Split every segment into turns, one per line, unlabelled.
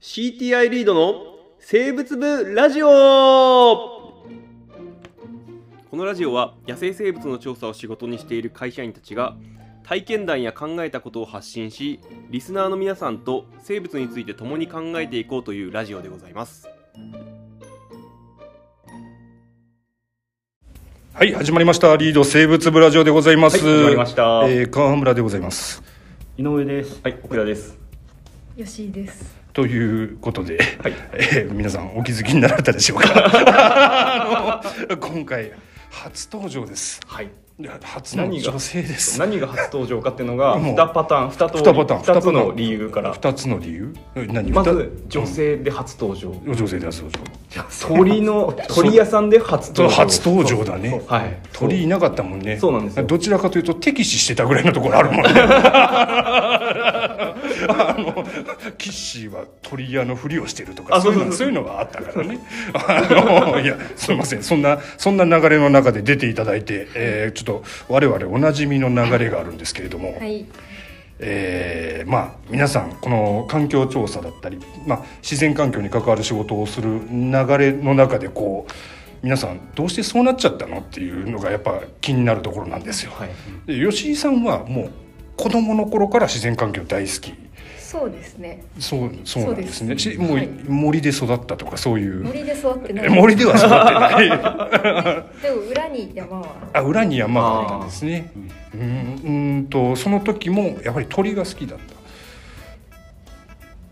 CTI リードの生物部ラジオこのラジオは野生生物の調査を仕事にしている会社員たちが体験談や考えたことを発信しリスナーの皆さんと生物について共に考えていこうというラジオでございます
はい、始まりました。リード生物部ラジオでございます。
はい始まりました
えー、川村でございます。
井上です。
はい奥田です
吉井です。
ということで、えー皆さんお気づきになられたでしょう か。あの今回初登場です。
はい。
いや初の
何が
女性です。
何が初登場かっていうのが
もう
2パターン、2通り、
二パターン
2つの理由から。
二つの理由？え何？
ま
二
ず女性で初登場。
うん女性で初登
鳥の鳥屋さんで初
場。
登場。
初登場だね。
はい。
鳥いなかったもんね。
そうなんですよ
どちらかというと敵視してたぐらいのところあるもんね。あのキッシーは鳥屋のふりをしてるとか
あ
そ
そうう
い
そう
のそうい
うそう
うのがあったからね。あのいやすみませんそんなそんな流れの中で出ていただいて、えーちょっと我々おなじみの流れがあるんですけれども。
はい。
えーまあ皆さんこの環境調査だったり、まあ、自然環境に関わる仕事をする流れの中でこう皆さんどうしてそうなっちゃったのっていうのがやっぱ気になるところなんですよ。
はい。
で吉井さんはもう子供の頃から自然環境大好き
そうですね。
そうそうなんですね
そうです
しもう
はい
森で育ったとかそういう
森で育ってな
え
い。
森では育ってない。
でも裏に山は。
あ裏に山があるんですね。うーんうーんとその時もやはり鳥が好きだっ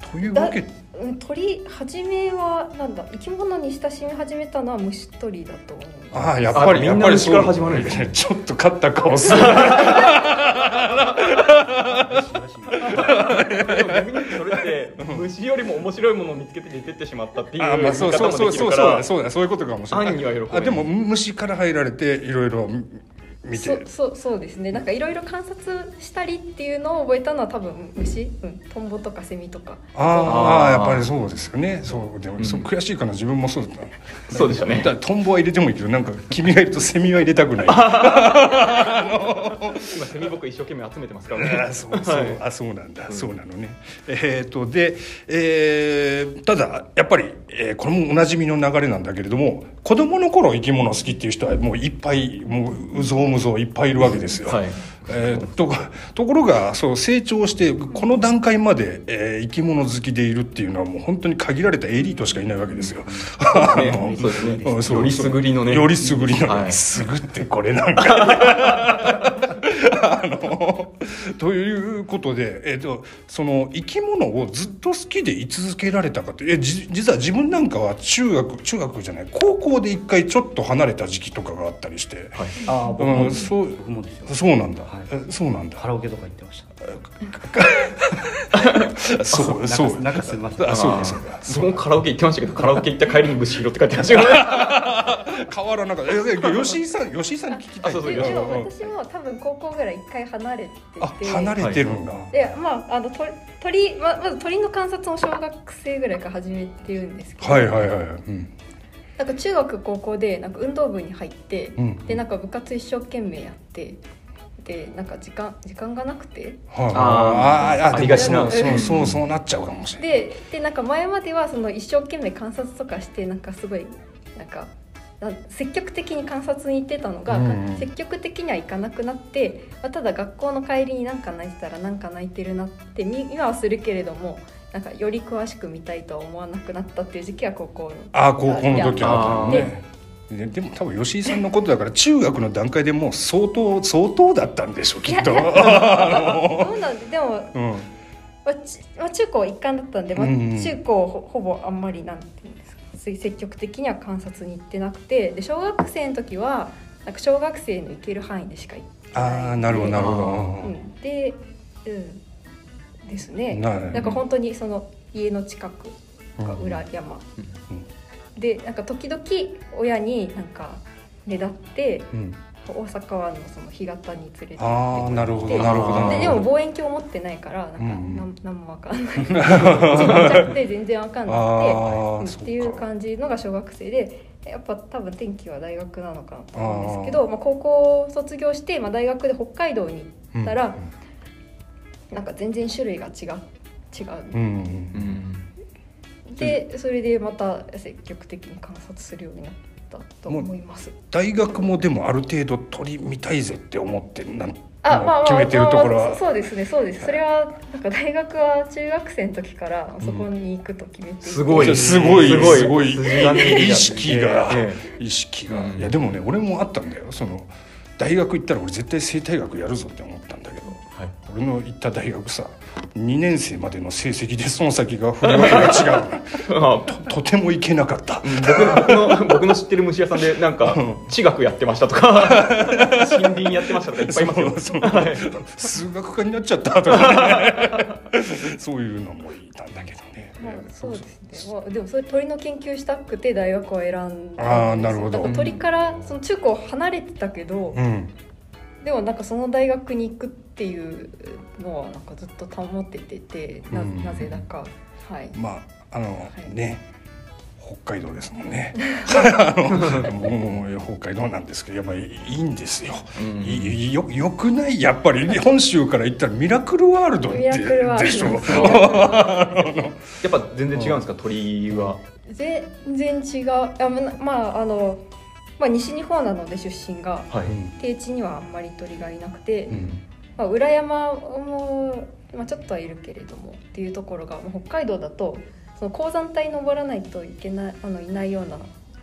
た。というわけ
だうん鳥初めはなんだ生き物に親しみ始めたのは虫取りだと思う。
ああやっぱり
あ
やっ
みん
ぱり
な虫から始まるんですね
ちょっと勝った顔す る。
逆にそれって虫よりも面白いものを見つけて出てってしまったっていう
ああまあそうそうそうそうそうだそうだそういうことかもしれない。
兄は喜ぶ
あでも虫から入られていろいろ見て
そ。そうそうですね。なんかいろいろ観察したりっていうのを覚えたのは多分虫、うん、トンボとかセミとか。
ああ
あー
やっぱりそうですよね。そうでも、
うん
そう悔しいかな自分もそうだった。
そうでしたね
だからトンボは入れてもいいけどなんか君がいるとセミは入れたく ない。あ
今セミ僕一生懸命集めてますからね
あそうそう、
はい
あそうなんだ、そうなのね。えっ、とで、えーただやっぱり、えーこれもおなじみの流れなんだけれども子供の頃生き物好きっていう人はもういっぱいもううぞうむぞういっぱいいるわけですよ。
はい
えーとところがそう成長してこの段階まで、えー生き物好きでいるっていうのはもう本当に限られたエリートしかいないわけ ですよ。
ねそうですね
うんそう
よりすぐりのね
よりすぐりのね、
はい
すぐってこれなんか、 あのということで、えっとその生き物をずっと好きで居続けられたかってえじ実は自分なんかは中学中学じゃない高校で一回ちょっと離れた時期とかがあったりして、
ああ僕も、
うんそう
僕もですよ
そうなんだ、
はい
えそうなんだ
カラオケとか行ってました
そう
なんか
そう
なんかすいません
あそう
あ
で
ー
すか
僕もカラオケ行ってましたけどカラオケ行った帰りに虫拾って帰ってましたから
変わらなかったええ吉井さん吉井さんに聞きたい
あそうそう
で
ん
でも
ん
私も多分高校ぐらい一回離れて
あ
て。
離れてるんだ、
でまあ、あのと鳥ままず鳥の観察も小学生ぐらいから始めてるんですけど、
はい、はいはいはい、うん
なんか中学高校でなんか運動部に入って、
うん
でなんか部活一生懸命やってでなんか時間時間がなくて
はい
あー
ー
ありがちな
でもそうそうそうそうなっちゃうかもしれない
ででなんか前まではその一生懸命観察とかしてなんかすごいなんかな積極的に観察に行ってたのが、
うん
積極的には行かなくなって、まあ、ただ学校の帰りになんか泣いてたらなんか泣いてるなってみ今はするけれどもなんかより詳しく見たいとは思わなくなったっていう時期は高校の
ああ高校の時は
あー
ねででも多分吉井さんのことだから中学の段階でもう相当相当だったんでしょうき っと。
どうなんででも
うん、
まあちまあ、中高一貫だったんで、まあ、
うんうん
中高ほほぼあんまりなんていうんですかつい積極的には観察に行ってなくてで小学生の時はなんか小学生の行ける範囲でしか行って
ああなるほどなるほ
う
ど。
ん、で、うん、ですね
な
な
る
んか本当にその家の近くとか裏山、でなんか時々親になんかねだって
うん、
大阪湾のその干潟に連れてって
ああなるほど
で
なるほどな
で
る
で
ほ
も
ど。
望遠鏡持ってないからなんか
うん
なん何もわかんないちっち ゃくて全然わかんな
あー
く
そ
て
っか
っていう感じのが小学生でやっぱ多分天気は大学なのかなと思うんですけどまあ、高校を卒業して、まあ、大学で北海道に行ったら、なんか全然種類が違う違う
うんうん
うん
でそれでまた積極的に観察するようになったと思います。
大学もでもある程度取り見たいぜって思ってなん
あ、まあまあ、
決めてるところ
まあ
は
そそうですね、そうです。それはなんか大学は中学生の時からそこに行くと決めていて、
すごい
すごい
すごい
すごい
筋金入りなんで
意識が
え
意識が、
うん
いやでもね俺もあったんだよその大学行ったら俺絶対生態学やるぞって思ったんだけど
はい
俺の行った大学さ2年生までの成績でその先が振り分けが違う
あ
ととても行けなかった
僕の僕の知ってる虫屋さんでなんか地学やってましたとか森林やってましたとかいっぱいいます
そうそ
よ
う
はい
数学科になっちゃ ったとかねそういうのもいたんだけどね、
まあそうですね。まあでもそれ鳥の研究したくて大学を選んだ。
あーなるほど
んか鳥からその中高離れてたけど、
うん
でもなんかその大学に行くっていうのはなんかずっと保ててて、な
うん
なぜだかはい。
まああの、
い
ね北海道ですもん ねあの僕も北海道なんですけどやっぱりいいんですよ、
うん
いいよよくないやっぱり本州から行ったらミラクルワールドって
ミラクルワールド
でしょ
やっぱ全然違うんですか鳥は
全然違う。あまあまああのまあ西日本なので出身が
はい
低地にはあんまり鳥がいなくて。
うん
まあ、裏山も、まあ、ちょっとはいるけれどもっていうところが、まあ、北海道だとその高山帯登らないといけないあのいないような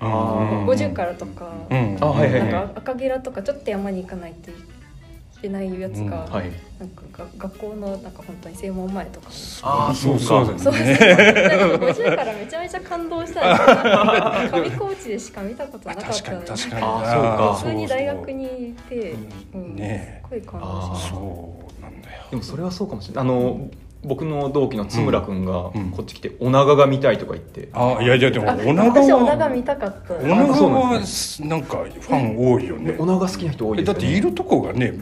あうん
五十からとか,、
うん
あはいはい
なんか赤ゲラとかちょっと山に行かないといけないやつが、
はい
なんかが学校のなんか本当に正門前とか
あー
そう
そうか
そうです
そう
ね
ですね。50からめちゃめちゃ感動したんですよ なんか上高地でしか見たことなかっ
確
た
か
の
に
で
確かに
あ
普通に大学にいて、
う
うんん
ね
すごい感動し
あ
ま
ー
し
そうなんだよ
でもそれはそうかもしれないあの僕の同期の津村君が
うん
こっち来てお腹が見たいとか言って
あいやいやでも
た。あ
おな
私お
は
長見たかった。
おな
あそうなんで
はなんかファン多いよね
お腹好きな人多い
え
です
だ
よ
っ
ね
ているとこがね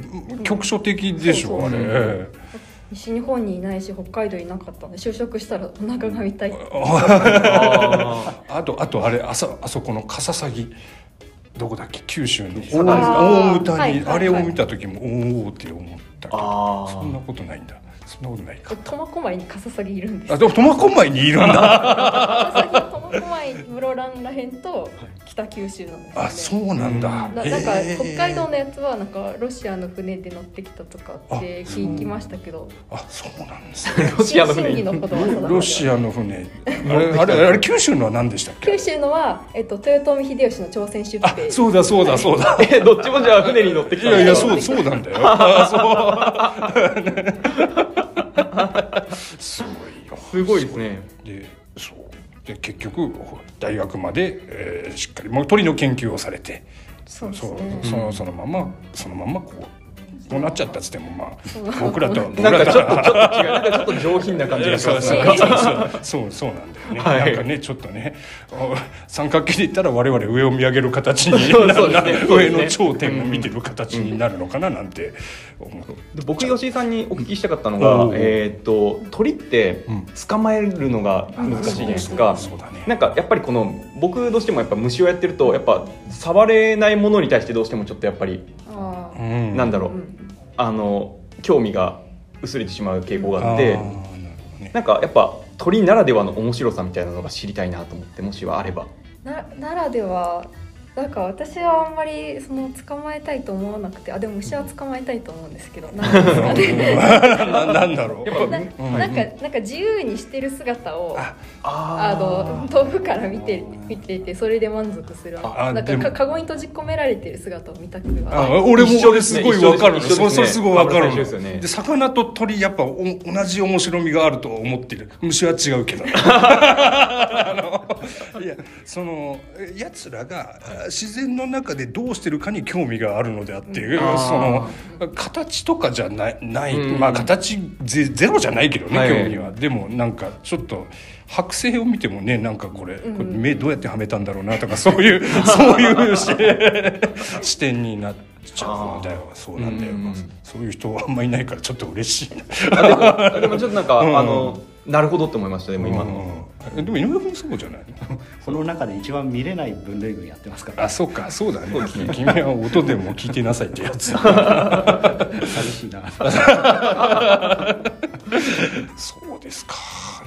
局所的でしょ、
そう
あ
そう
れ。
西日本にいないし北海道いなかったんで就職したらお腹が痛い
あ
あとあとあれあそあそこのカササギどこだっけ九州の大
サザエさ
ん
大歌に、
はいはいはい
あれを見た時もおおって思った
ー
けど
あ
そんなことないんだそんなことないか
苫小牧にカササギいるんです
あ
よ
でも苫小牧にいるん だ
カササギは苫小牧室蘭らへんと北九州なんですよね
あそうなんだ、
ななんか北海道のやつはなんかロシアの船で乗ってきたとかって聞きましたけど
あそうなんですね
ロシアの船
審議
に
のことは定かでは
ロシアの船あれあれあれ九州のは何でしたっけ
九州のは、えっと、豊臣秀吉の朝鮮出
あ
兵
そうだそうだそうだ
えどっちもじゃあ船に乗ってき
い
た
やいやそうそうなん だよあそう すごいよ
すごいですね
でそうで結局大学まで、えーしっかりもう鳥の研究をされて
そうです
そう
ね
そのそのままそのままこうこうなっちゃったっつってもまあ
そう
僕らと僕
なん
ら
か
と
ちょっとちょっと違うなんかちょっと上品な感じがし
そ
ま
う
す
そう
ね
そうそうそうそうなんだよね、
はい
なんかねちょっとねお三角形で言ったら我々上を見上げる形に
そうそう
な
ですね
な上の頂点を見てる形になるのかななんて思う、
で僕吉井さんにお聞きしたかったの
うん
が、
おう
えーっと鳥って
うん
捕まえるのが難しいじゃないですか、
そうだね
なんかやっぱりこの僕どうしてもやっぱ虫をやってるとやっぱ触れないものに対してどうしてもちょっとやっぱり
あー
う
なんだろ
う
う、
ん
あの興味が薄れてしまう傾向があっ
あ
て
ーなるほどね
なんかやっぱ鳥ならではの面白さみたいなのが知りたいなと思ってもしはあれば
なならではなんか私はあんまりその捕まえたいと思わなくてあでも虫は捕まえたいと思うんですけどなんですかね
ななんだろう
ななんかなんか自由にしてる姿を
あ
あ
あ
の遠くから見て見ていてそれで満足する
ああ
なん
で
か
も
かカゴに閉じ込められてる姿を見たく
あ
は
俺も
一緒
俺
です
す
ね
ごいわかるの
一緒です
そ
ね
うそれすごいわかるの
一緒ですよね
で魚と鳥やっぱお同じ面白みがあると思ってる虫は違うけどあのいやそのやつらが自然の中でどうしてるかに興味があるのであって、
あ
その形とかじゃないない、
うん
まあ形ゼゼロじゃないけどね、
はい
興味はでもなんかちょっと剥製を見てもねなんかこれ,、
ん
これ目どうやってはめたんだろうなとかそういう そういう視視点になっちゃうんだよそうなんだよ、
うんうんうん
そういう人はあんまいないからちょっと嬉しいな
あでもでもちょっとなんか、
うん
あのなるほどって思いましたでも今の、
うんでも井上君そうじゃない
その中で一番見れない分類群やってますから
あそうかそうだね君は音でも聞いてなさいってや つ
寂しいな
そうですか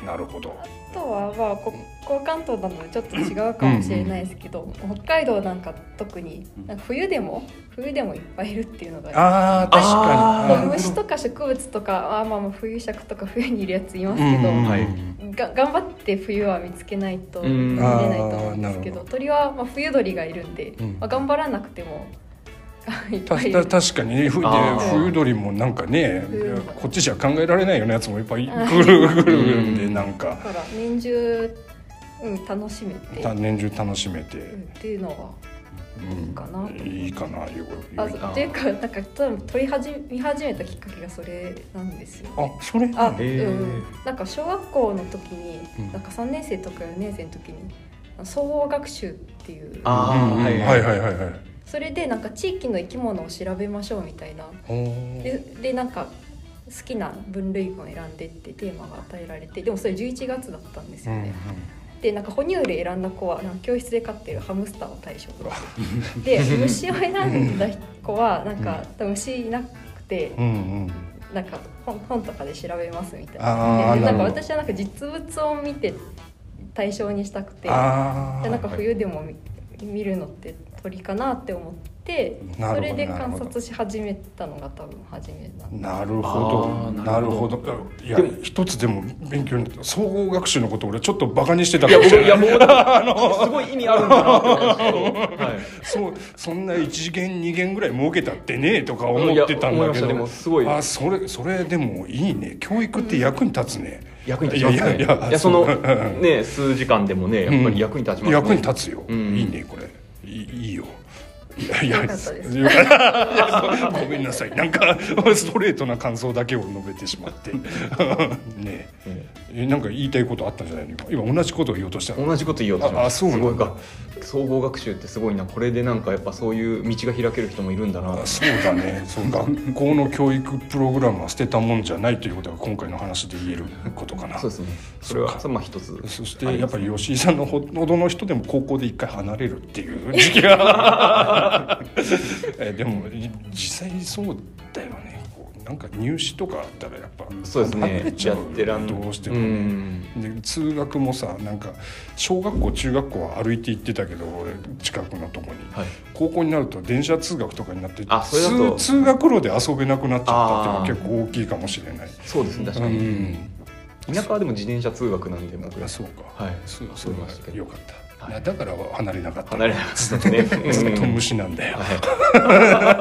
ななるほど。
あとはまあここう関東なのでちょっと違うかもしれないですけど、北海道なんか特になんか冬でも冬でもいっぱいいるっていうのが
ああ確
あー
か
虫とか植物とかあーまあまあ冬尺とか冬にいるやついます
に。
けど、
うん
はい
が頑張って冬は見つけないと
う
見れ
ん
ないと思うんですけ
あーなる
ど
ほ
鳥はまあ冬鳥がいるんで、
うん
まあ、頑張らなくても いったぱいい
た
る
確かにねふね
あー
冬鳥もなんかね
冬鳥
こっちじゃ考えられないようなやつもいっぱいぐるぐるぐるぐるんで
うん
なんか
だから年中、うん、楽しめて、
た年中楽しめて、
うんっていうのは
うん
いいかなと
いいかなよい
あ
よ
そ
いう
あー
っていうかなんか多分撮り始め見始めたきっかけがそれなんですよ、ね。
あそれ
あ、
へー
うん、なんか小学校の時に、
うん
なんか三年生とか四年生の時にあの総合学習っていう
あー
うんうん
はい
はいはいはいはい
それでなんか地域の生き物を調べましょうみたいな
おー
ででなんか好きな分類群を選んでってテーマが与えられてでもそれ11月だったんです
う
よ
んうん
ね、でなんか哺乳類選んだ子はなんか教室で飼ってるハムスターを対象としてで虫を選んだ子はなんか虫いなくて
うんうん
なんか本本とかで調べますみたい
あー
なで
な
な
る
ん
ほ
か
ど
私はなんか実物を見て対象にしたくて
あ
でなんか
あ
冬でも見見るのって鳥かなって思って
なるほど
それで
なるほ
観
ど
察し始めたのが多分初めなんで
なるほど
あー
なるほどいや
でも
一つでも勉強になった総合学習のこと俺ちょっとバカにしてた
い
か
や
もし
僕
れ
い
な
や
い
もうすごい意味あるんだなって思うんですけどはい
そうそんな1次元2元ぐらい儲けたってねえとか思ってたん
いや思
だ
いま
け
したで
ど
もすごい
あそれそれでもいいね教育って役に立つね、
役に立ちますね
いやいやいや
その
そううん
ね数時間でもねやっぱり役に立ちますね
役に立つよ、
うん
いいねこれいいいいよいやいや
よかったです
よかったごめんなさいなんかストレートな感想だけを述べてしまってね
え
えなんか言いたいことあったんじゃないの今今同じことを言おうとしたの
同じこと言おうとしました
ああそうな
す
んだ
ごいか総合学習ってすごいなこれでなんかやっぱそういう道が開ける人もいるんだな
あそうだね そう学校の教育プログラムは捨てたもんじゃないということが今回の話で言えることかな
そうですねそれはそれまあ一つ
そし
あ
て
り
や
ま
っ
す
ぱ
ね
り吉井さんのほほどの人でも高校で一回離れるっていう 時期がえでもい実際そうだよねこうなんか入試とかあったらやっぱ
そうです
離れ
ね
ちゃ
や
う
ってらん
どうしても
う
ね。
ん
で通学もさなんか小学校中学校は歩いて行ってたけど俺近くのとこに、
はい
高校になると電車通学とかになって
あそれだと
通通学路で遊べなくなっちゃったっていうの
あ
は結構大きいかもしれない。
そうですね確
う
かに
ん
田舎はでも自転車通学なんで僕
あ
ら
そうか、
はい
そう
わか
そ
り
れは
ましたけど
よかった、
はい
だから離れなかった
離れなかったです ね
ずっと
うん
虫なんだよ、
は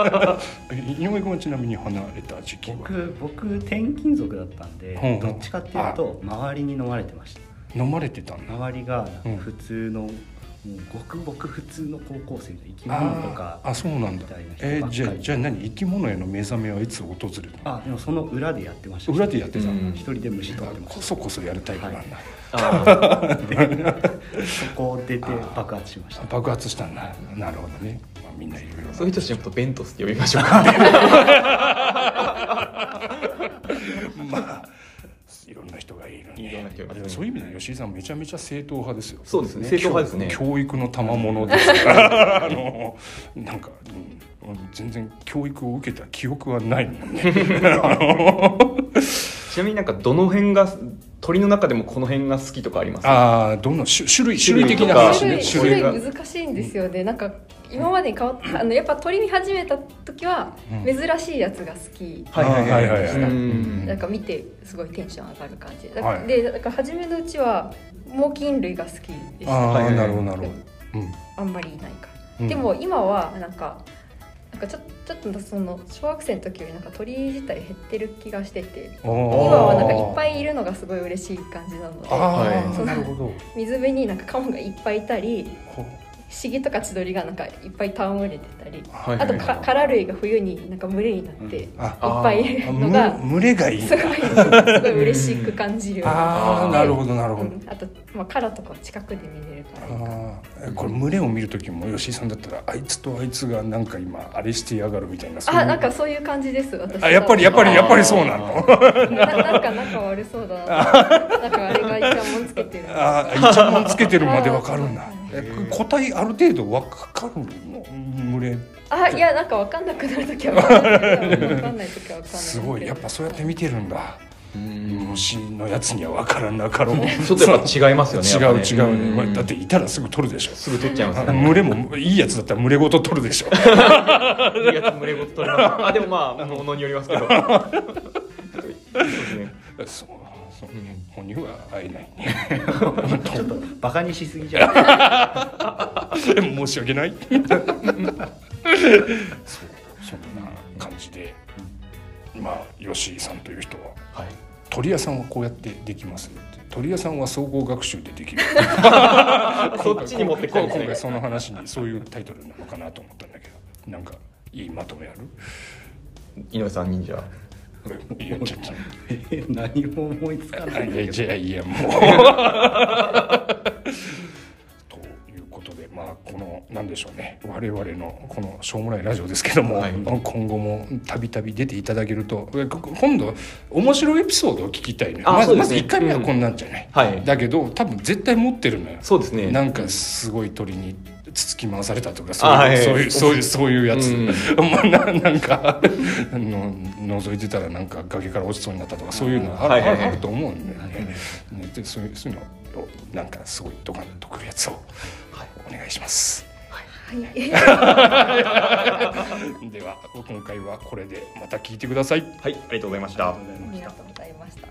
井上君はちなみに離れた時期は
僕僕転勤族だったんで、
ほうほう
どっちかっていうと周りに飲まれてました
飲まれてたんだ
周りが
うん
普通の、もうごくごく普通の高校生の生き物とか
あーあそうなんだ
みたいな人ばっ
え
か
ー
り
じゃあじゃあ何生き物への目覚めはいつ訪れるの
あでもその裏でやってました
裏でやってた、
う
うん
ん
一人で虫取って まし
こ
た
そこそやるタイプなんだ、
はい
あ
そこを出て爆発しました
爆発したんだなるほどね、まあ、みんないろいろ
ー
な
そういう人たちのことベントスって呼びましょうか
まあいろんな人がいるね
いろんな人がいる
でもそういう意味では吉井さんめちゃめちゃ正統派ですよ
そうですね正統派ですね
教教育の賜物ですから あのなんか、うん、全然教育を受けた記憶はないもんね あの
ちなみになんかどの辺が鳥の中でもこの辺が好きとかあります
ああどの種種類種類的な話
種
ね
類
種類
種
が
類難しいんですよねなんか今までに変わったあのやっぱ鳥見始めた時は
うん
珍しいやつが好き、
あーはいはいはい
うん
うん
なんか見てすごいテンション上がる感じだから、
はい
でだから初めのうちは猛禽類が好きでし
あ
た
あ、
はいはい
なるほどなるほど、うん
あんまりいないか
う
ら。
ん
でも今はなんかなんかちょちょっとその小学生の時よりなんか鳥自体減ってる気がしてて
あー
今はなんかいっぱいいるのがすごい嬉しい感じなので
ああ、
はい
なるほど
水辺になんかカモがいっぱいいたり
ほ
シギとかチドリがなんかいっぱい戯れてたり
はいは
あ
いは
と
い
かカラ類が冬になんか群れになっていっ
あ
あ
ぱいい
あ
るのが
む群れがいいん
す
だ
ごいすごい嬉しく感じるような
ああなるほどなるほ
う
ど、
んあと、まあ、カラとか近くで見れるからいいかな
あーこれ群れを見る時も吉井さんだったらあいつとあいつがなんか今あれしてやがるみたいなそういう
あなんかそういう感じです私は
あやっぱりやっぱりやっぱりそうなの
ななんか仲悪そうだな。なんかあれが一番もんつけてる。
ああ一番つけてるまでわかるんだ
あ
え個体ある程度わかるの群れ
あ、い や、なんかわかんなくなるときはわかんない。わかんないときはわかんない。
すごいやっぱそうやって見てるんだ虫のやつには分からなかろう
ちょっとやっぱ違いますよね。
違
やっ
う
ぱね
違うね、まあ
ん
だっていたらすぐ取るでしょ
すぐ取 っちゃいますよね。
群れもいいやつだったら群れごと取るでしょ
いいやつ群れごと取れます。あでもまあものによりますけど。そうですね。
そうそう
うん
哺乳は会えないね
ちょっとバカにしすぎじゃない
申し訳ないそうそんな感じで、まあ吉井さんという人は
はい。
鳥屋さんはこうやってできますよって鳥屋さんは総合学習でできる
そっちに持ってきたん
今回今回
ですね。
その話にそういうタイトルなのかなと思ったんだけどなんかいいまとめある
井上さん忍者。
いやちょっと
何も思いつかないん
い
だけ
や
ど
じゃあいやもう。 ということでまあこのなんでしょうね我々のこのしょうもないラジオですけども、
はい
今後もたびたび出ていただけるとここ今度面白いエピソードを聞きたいね
あ
ま
そ
ず
うで
ますず
ね
1回目はこんなんじゃない、
はい。
だけど多分絶対持ってるのよ、
そうですね。
なんかすごい鳥につつき回されたとか
あはい
そういうそういうそういうそういうや つ、
う
まあななんか あの覗いてたらなんか崖から落ちそうになったとかそういうのある,、
はいはいはい
あると思うんだよね,、ねでそういうそういうのをなんかすごいドカンとくるやつをお願いします、
はい
では今回はこれでまた聞いてください
はい、ありがとうございました。
ありがとうございました。